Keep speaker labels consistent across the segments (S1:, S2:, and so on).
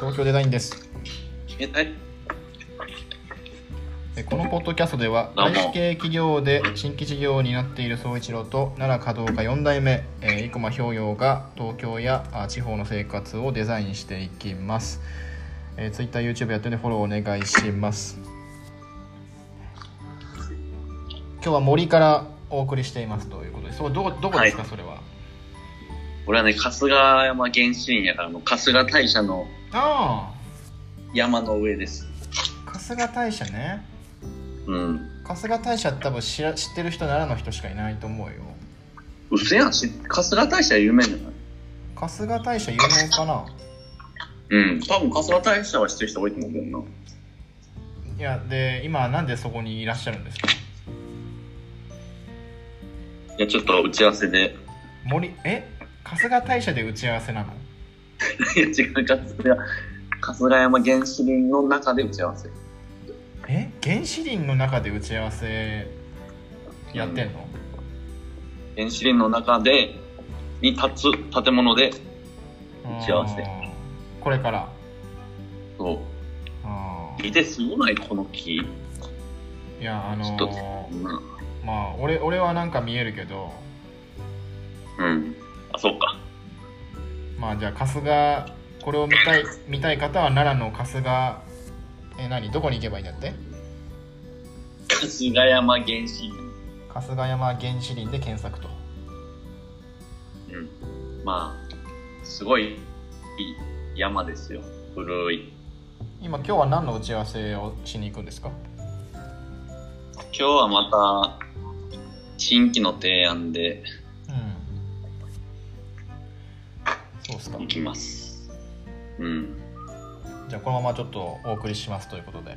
S1: 東京デザインです
S2: えはい
S1: えこのポッドキャストでは
S2: どうも
S1: 外資系企業で新規事業を担っている総一郎と奈良華道家4代目、えー、生駒氷洋が東京やあ地方の生活をデザインしていきます、えー、Twitter、YouTube やってるんでフォローお願いします今日は森からお送りしていますということでそうどこどこですか、
S2: は
S1: それは
S2: 俺はね春日山原始林やからあの春日大社の
S1: あ
S2: 山の上です
S1: あ春日大社ね
S2: うん
S1: 春日大社多分知ら知ってる人奈良の人しかいないと思うよ
S2: うせやんし春日大社有名じゃない
S1: 春日大社有名かな
S2: うん多分春日大社は知ってる人多いと思うけどない
S1: やで今なんでそこにいらっしゃるんですか
S2: いやちょっと打ち合わせで
S1: 森え春日大社で打ち合わせなの
S2: いや違う春日春日山原始林の中で打ち合わせ
S1: え原始林の中で打ち合わせやってんの、
S2: 原始林の中でに立つ建物で打ち合わせ
S1: あーこれから
S2: そ
S1: あ
S2: ういてすごないこの木
S1: ーいやあの
S2: ちょっ
S1: ー
S2: うん
S1: まあ俺俺はなんか見えるけど
S2: うんあそうか
S1: まあじゃあ春日これを見たい見たい方は奈良の春日え何どこに行けばいいんだって
S2: 春日山原始林
S1: 春日山原始林で検索と
S2: うんまあすごいいい山ですよ古い
S1: 今今日は何の打ち合わせをしに行くんですか
S2: 今日はまた新規の提案で
S1: うんそうっすか
S2: 行きますうん
S1: じゃあこのままちょっとお送りしますということで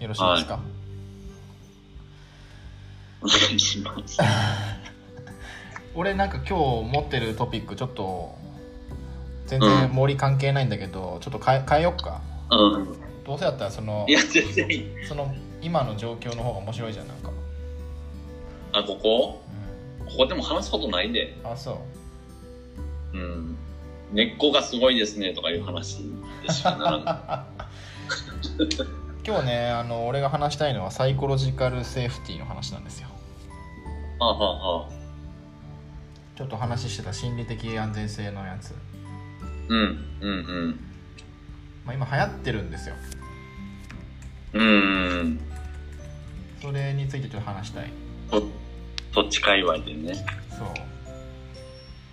S1: よろしいですか、
S2: お願いします
S1: 俺なんか今日持ってるトピックちょっと全
S2: う
S1: 然
S2: ん
S1: 森関係ないんだけど、ちょっと変え変えよっか
S2: うん
S1: どうせだったらその
S2: いや全然いい
S1: その今の状況の方が面白いじゃんなんか、
S2: あここ
S1: う
S2: ここでも話すことないで
S1: ん、あそう
S2: うん根っこがすごいですねとかいう話でしかな らない
S1: 今日ねあの俺が話したいのはサイコロジカルセーフティーの話なんですよ
S2: はあはあはあ
S1: ちょっと話してた心理的安全性のやつ、
S2: うんうん
S1: まあ、今流行ってるんですよ
S2: うんうんうん
S1: それについてちょっと話したい
S2: とそっち界隈でね
S1: そ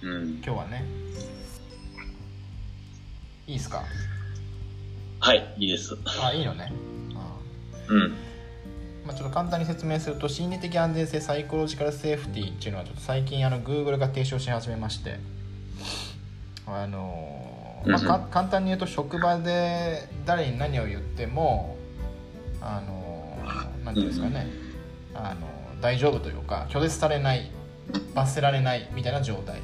S1: う
S2: うん
S1: 今日はねいいっすか
S2: はいいいです
S1: あいいのね、うん
S2: うん
S1: まあ、ちょっと簡単に説明すると心理的安全性サイコロジカルセーフティーっていうのはちょっと最近あの Google が提唱し始めましてあのーまあ、か簡単に言うと職場で誰に何を言ってもあのーなんていうんですかね、あのー大丈夫というか拒絶されない罰せられないみたいな状態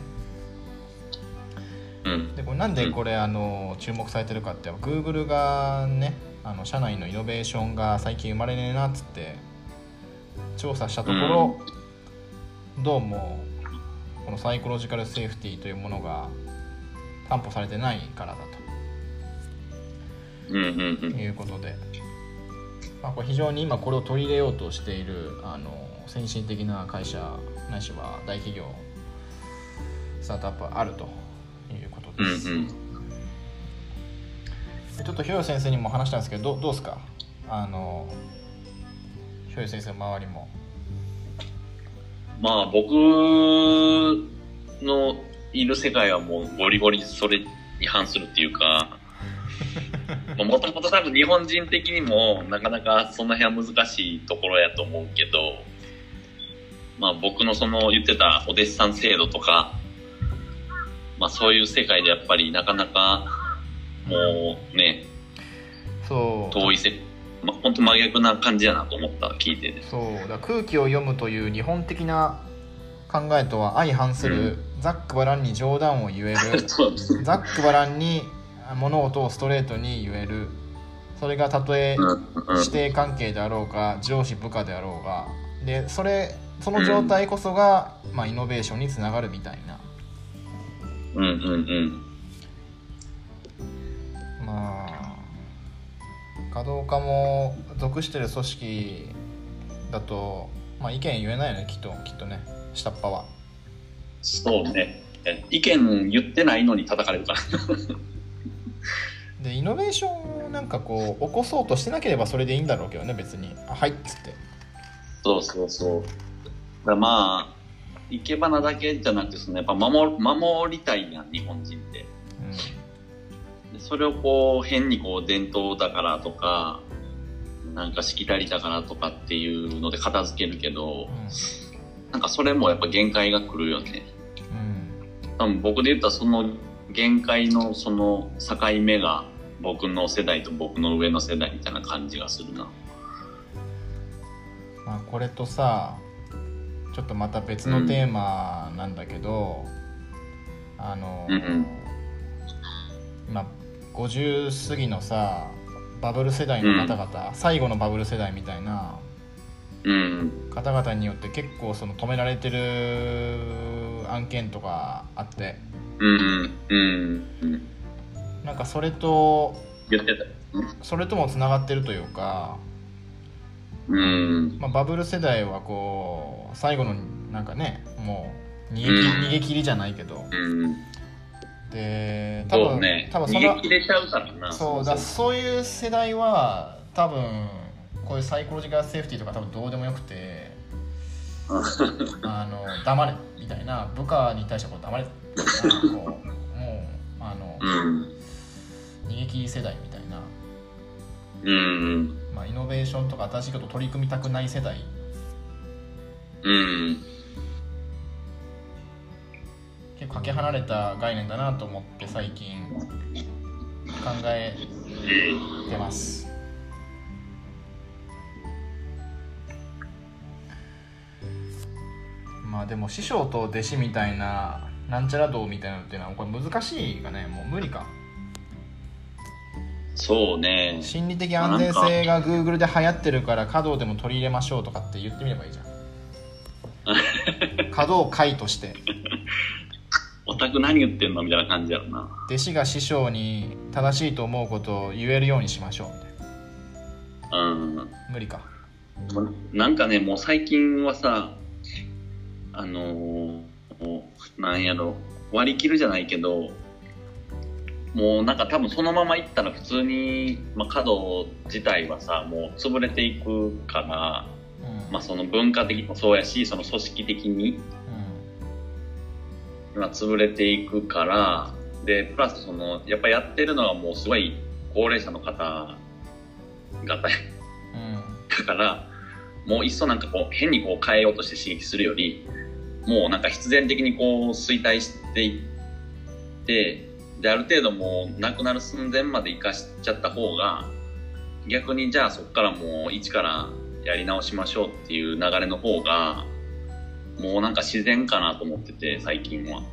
S2: うん
S1: でこれなんでこれ、あの注目されてるかって Google がねあの社内のイノベーションが最近生まれねえなっつって調査したところ、どうもこのサイコロジカルセーフティーというものが担保されてないからだ
S2: うんうんう
S1: と
S2: ん
S1: いうことで、まあ、これ非常に今これを取り入れようとしているあの先進的な会社ないしは大企業スタートアップはあるということ
S2: うん
S1: です。
S2: うん
S1: でちょっとひょよ先生にも話したんですけどどどうですかあのひょよ先生の周りも
S2: まあ僕のいる世界はもうゴリゴリそれに反するっていうか もともと多分日本人的にもなかなかその辺は難しいところやと思うけど、まあ、僕のその言ってたお弟子さん制度とか、まあ、そういう世界でやっぱりなかなかもうね
S1: そう
S2: 遠い世まあ、本当真逆な感じやなと思った聞いてて。
S1: そうだから空気を読むという日本的な考えとは相反する、ざっくばらんに冗談を言える
S2: そうです
S1: ざっくばらんに物事をストレートに言えるそれがたとえ
S2: うんうん
S1: 師弟関係であろうが上司部下であろうがでそれその状態こそが、まあ、イノベーションにつながるみたいな
S2: うんうんうん
S1: まあ稼働家も属してる組織だと、まあ、意見言えないよねきっときっとね下っ端は
S2: そうね。意見言ってないのに叩かれるから。
S1: でイノベーションをなんかこう起こそうとしてなければそれでいいんだろうけどね別にあはいっつって
S2: そうそうそう。だからまあ、生け花だけじゃなくて、そのやっぱ守守りたいやん、日本人って。でそれをこう、変にこう、伝統だからとか、なんかしきたりだからとかっていうので片付けるけ
S1: う、ん
S2: どなんかそれもやっぱ限界が来るよね。
S1: うん
S2: 多分僕で言ったらその限界のその境目が僕の世代と僕の上の世代みたいな感じがするな。
S1: うんまあ、これとさちょっとまた別のテーマなんだけど、あの、
S2: うんうん
S1: まあ、50過ぎのさバブル世代の方々、最後のバブル世代みたいな
S2: うん。
S1: 方々によって結構その止められてる案件とかあって
S2: うんうん。うん。
S1: なんかそれと
S2: 言ってた。
S1: それともつながってるというか、
S2: うん。
S1: まあ、バブル世代はこう最後のなんかねもう逃げ,、
S2: うん
S1: 逃げ切りじゃないけど
S2: うん。
S1: で多
S2: そ
S1: 分
S2: うね。
S1: 多分そ
S2: 逃げ
S1: の
S2: 切れちゃうからな。
S1: そうだそういう世代は多分こういうサイコロジカルセーフティーとか多分どうでもよくてあの黙れみたいな部下に対してこう黙れみたいなこうもうあの
S2: うん。
S1: 逃げ切り世代みたいな、
S2: うん。
S1: まあ、イノベーションとか新しいこと取り組みたくない世代
S2: うん。
S1: 結構かけ離れた概念だなと思って最近考えてますまあでも師匠と弟子みたいななんちゃら道みたいなのっていうのはこれ難しいがねもう無理か
S2: そうね。
S1: 心理的安全性が Google で流行ってるから稼働でも取り入れましょうとかって言ってみればいいじゃん稼働会として
S2: オタク何言ってんのみたいな感じやろな。
S1: 弟子が師匠に正しいと思うことを言えるようにしましょうみたいな
S2: うん。
S1: 無理か
S2: まなんかね、もう最近はさ、あのーもうなんやろ、割り切るじゃないけど、もうなんか多分そのまま行ったら普通に、まあ、角自体はさ、もう潰れていくから、
S1: うん
S2: まあその文化的にもそうやし、その組織的に、
S1: う
S2: まあ、潰れていくから、で、プラスその、やっぱやってるのはもうすごい高齢者の方
S1: ん
S2: が
S1: うん
S2: だからもういっそなんかこう変にこう変えようとして刺激するよりもうなんか必然的にこう衰退していってである程度もうなくなる寸前まで生かしちゃった方が逆にじゃあそこからもう一からやり直しましょうっていう流れの方がもうなんか自然かなと思ってて最近は。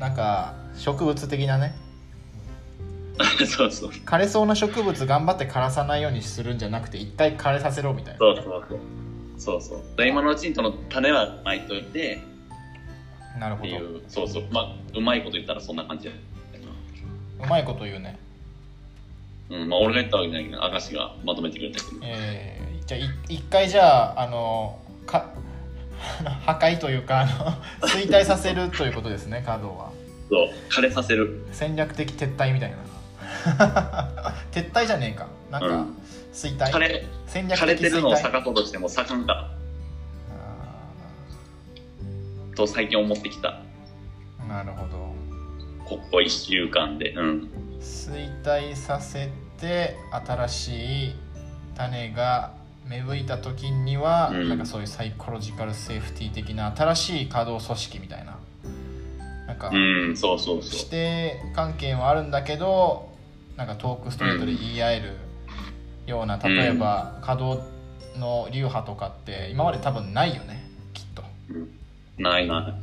S1: なんか植物的なね
S2: そうそう
S1: 枯れそうな植物頑張って枯らさないようにするんじゃなくて一回枯れさせろみたいな
S2: そうそうそうそうそうで今のうちにその種はまいといて
S1: なるほ
S2: って
S1: ど
S2: いううそうそうまあうまいこと言ったらそんな感じや
S1: まいこと言うね
S2: うん、まあ俺が言ったわけじゃないけど、明石がまとめてくれたけど。
S1: えー、じゃあい一回じゃああのか 破壊というかあの衰退させるということですねカードは
S2: そう、枯れさせる。
S1: 戦略的撤退みたいな 撤退じゃねえかなん
S2: う
S1: か
S2: ん
S1: 衰退、
S2: 枯れ、
S1: 戦略
S2: 枯れ
S1: 的衰
S2: てる
S1: 退
S2: のを逆そうとしても盛んか
S1: あ
S2: と最近思ってきた。
S1: ーなるほど
S2: ここ1週間で。うん。
S1: 衰退させて新しい種が芽吹いた時には、
S2: うん
S1: なんかそういうサイコロジカルセーフティー的な新しい稼働組織みたいななんか
S2: うん、そうそうそ
S1: 指
S2: う。
S1: 定関係はあるんだけどなんかトークストレートで言い合えるような
S2: うん
S1: 例えば稼働の流派とかって今まで多分ないよねきっと。
S2: ないな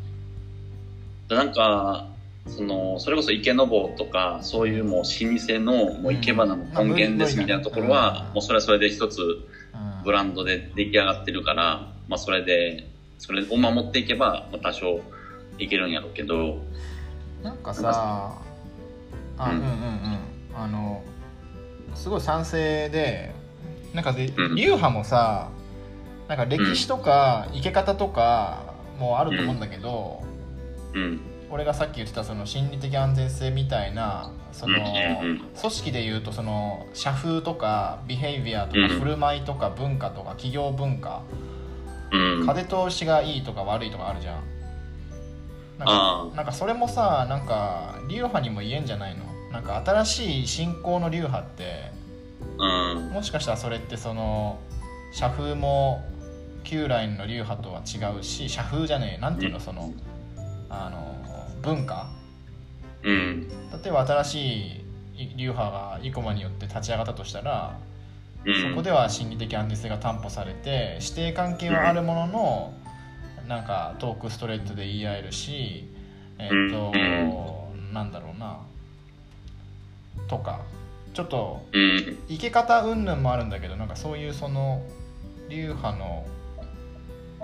S2: い。なんか、その、それこそ池の坊とか、そういうもう老舗の、もう生け花の根源ですみたいなところ
S1: う
S2: は
S1: ん、
S2: もうそれはそれで一つ
S1: うん
S2: ブランドで出来上がってるから、まあそれで、それを守っていけば、まあ多少いけるんやろうけど、
S1: なんかさあ、う
S2: うんん
S1: うんうんあのすごい賛成でなんかで
S2: うん
S1: 流派もさなんか歴史とか生け方とかもあると思うんだけど、
S2: うん
S1: 俺がさっき言ってたその心理的安全性みたいなその
S2: うんうんうん
S1: 組織でいうとその社風とかビヘイビアと
S2: うん
S1: か振る舞いとか文化とか企業文化
S2: うん
S1: 風通しがいいとか悪いとかあるじゃんなんか
S2: あ
S1: なんかそれもさなんか流派にも言えんじゃないのなんか新しい信仰の流派って
S2: あうん
S1: もしかしたらそれってその社風も旧来の流派とは違うし社風じゃねえなんていうのそのあの文化
S2: うん
S1: 例えば新しい流派がイコマによって立ち上がったとしたら、
S2: うん
S1: そこでは心理的安定性が担保されて師弟関係はあるものの、なんかトークストレートで言い合えるしえっ、と、なんだろうなとかちょっと
S2: うん
S1: 生け方云々もあるんだけどなんかそういうその流派の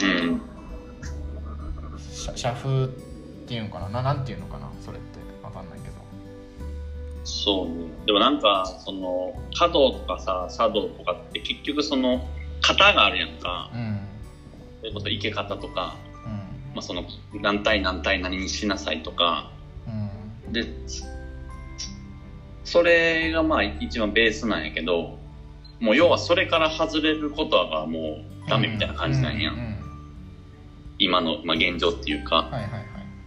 S2: うん
S1: 社社風っていうのかなななんていうのかなそれって分かんないけど。
S2: そうねでもなんかその華道とかさ茶道とかって結局その型があるやんか
S1: うん
S2: それこそ生け方とか、
S1: うん
S2: まあ、その何対何対何にしなさいとか
S1: うん
S2: でそそれがまあ一番ベースなんやけどもう要はそれから外れることはもうダメみたいな感じなんや、
S1: うんうんうん
S2: 今の、まあ、現状っていうか
S1: はいはいはい、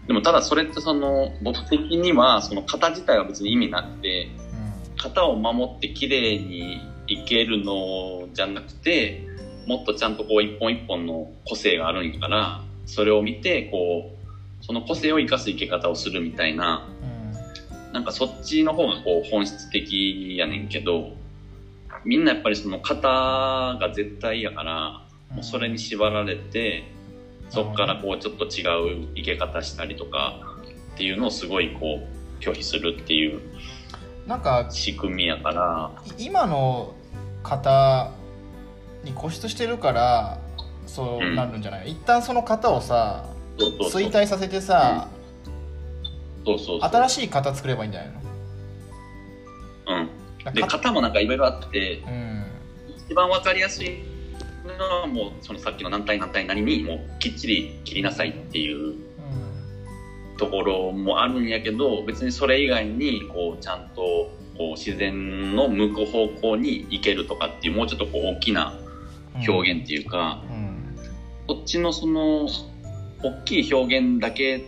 S2: でもただそれってその僕的にはその型自体は別に意味なくて
S1: う
S2: 型を守って綺麗にいけるのじゃなくてもっとちゃんとこう一本一本の個性があるんやからそれを見てこうその個性を生かす生け方をするみたいなんなんかそっちの方がこう本質的やねんけどみんなやっぱりその型が絶対やから
S1: う
S2: も
S1: ん、
S2: うそれに縛られてそっからこうちょっと違う生け方したりとかっていうのをすごいこう拒否するっていう
S1: なんか
S2: 仕組みやから
S1: い今の方に固執してるからそうなるんじゃない、一旦その方をさ
S2: そうそうそう
S1: 衰退させてさ、
S2: そうそうそう
S1: 新しい型作ればいいんじゃないの
S2: うん
S1: だ
S2: で
S1: か
S2: 型もなんかいろいろあって
S1: うん
S2: 一番わかりやすいのはもうそのさっきの何対何対何にもうきっちり切りなさいっていうところもあるんやけど別にそれ以外にこうちゃんとこう自然の向く方向に行けるとかっていうもうちょっとこう大きな
S1: うん、
S2: 表
S1: 現
S2: 現っていうか、
S1: うん
S2: こっちのその大きい表現だけ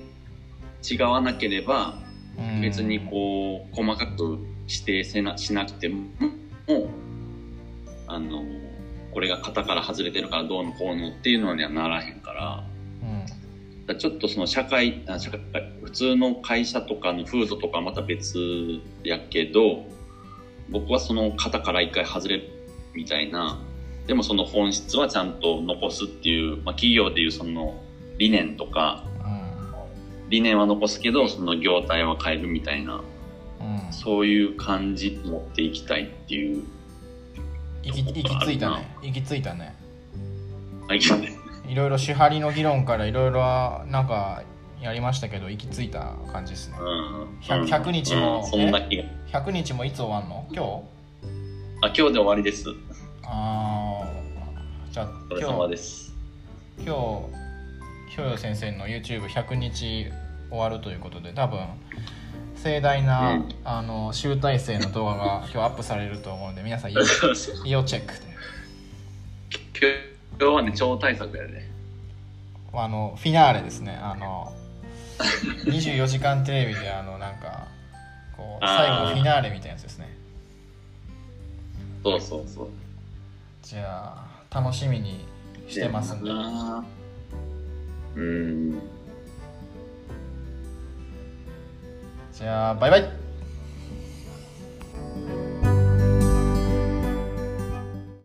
S2: 違わなければ
S1: うん
S2: 別にこう細かく指定せなしなくてもあのこれが型から外れてるからどうのこうのっていうのにはならへんから。
S1: うん
S2: だからちょっとその社会あ社会普通の会社とかの風土とかはまた別やけど僕はその型から一回外れるみたいなでもその本質はちゃんと残すっていう、まあ、企業でいうその理念とか理念は残すけどその業態は変えるみたいな
S1: うんうん
S2: そういう感じ持っていきたいっていう
S1: 行き行き着いたね行き着いたね
S2: あいけない
S1: いろいろ支張りの議論からいろいろなんかやりましたけど行き着いた感じですね
S2: うん
S1: 100 100日も
S2: うんそんな気が
S1: 100日もいつ終わんの今日
S2: あ今日で終わりです
S1: ああじゃあ
S2: お疲れ様
S1: 今日
S2: です
S1: 今日ひょうよ先生の YouTube100 日終わるということで多分盛大な、
S2: うん
S1: あの集大成の動画が今日アップされると思うので皆さん要 要チェックで
S2: 今日はね超対策やで、ね
S1: あのフィナーレですねあの24時間テレビであのなんかこう最後
S2: あ
S1: の
S2: ー
S1: フィナーレみたいなやつですね
S2: そうそうそう。
S1: じゃあ楽しみにしてますんで
S2: なうん。
S1: じゃあバイバイ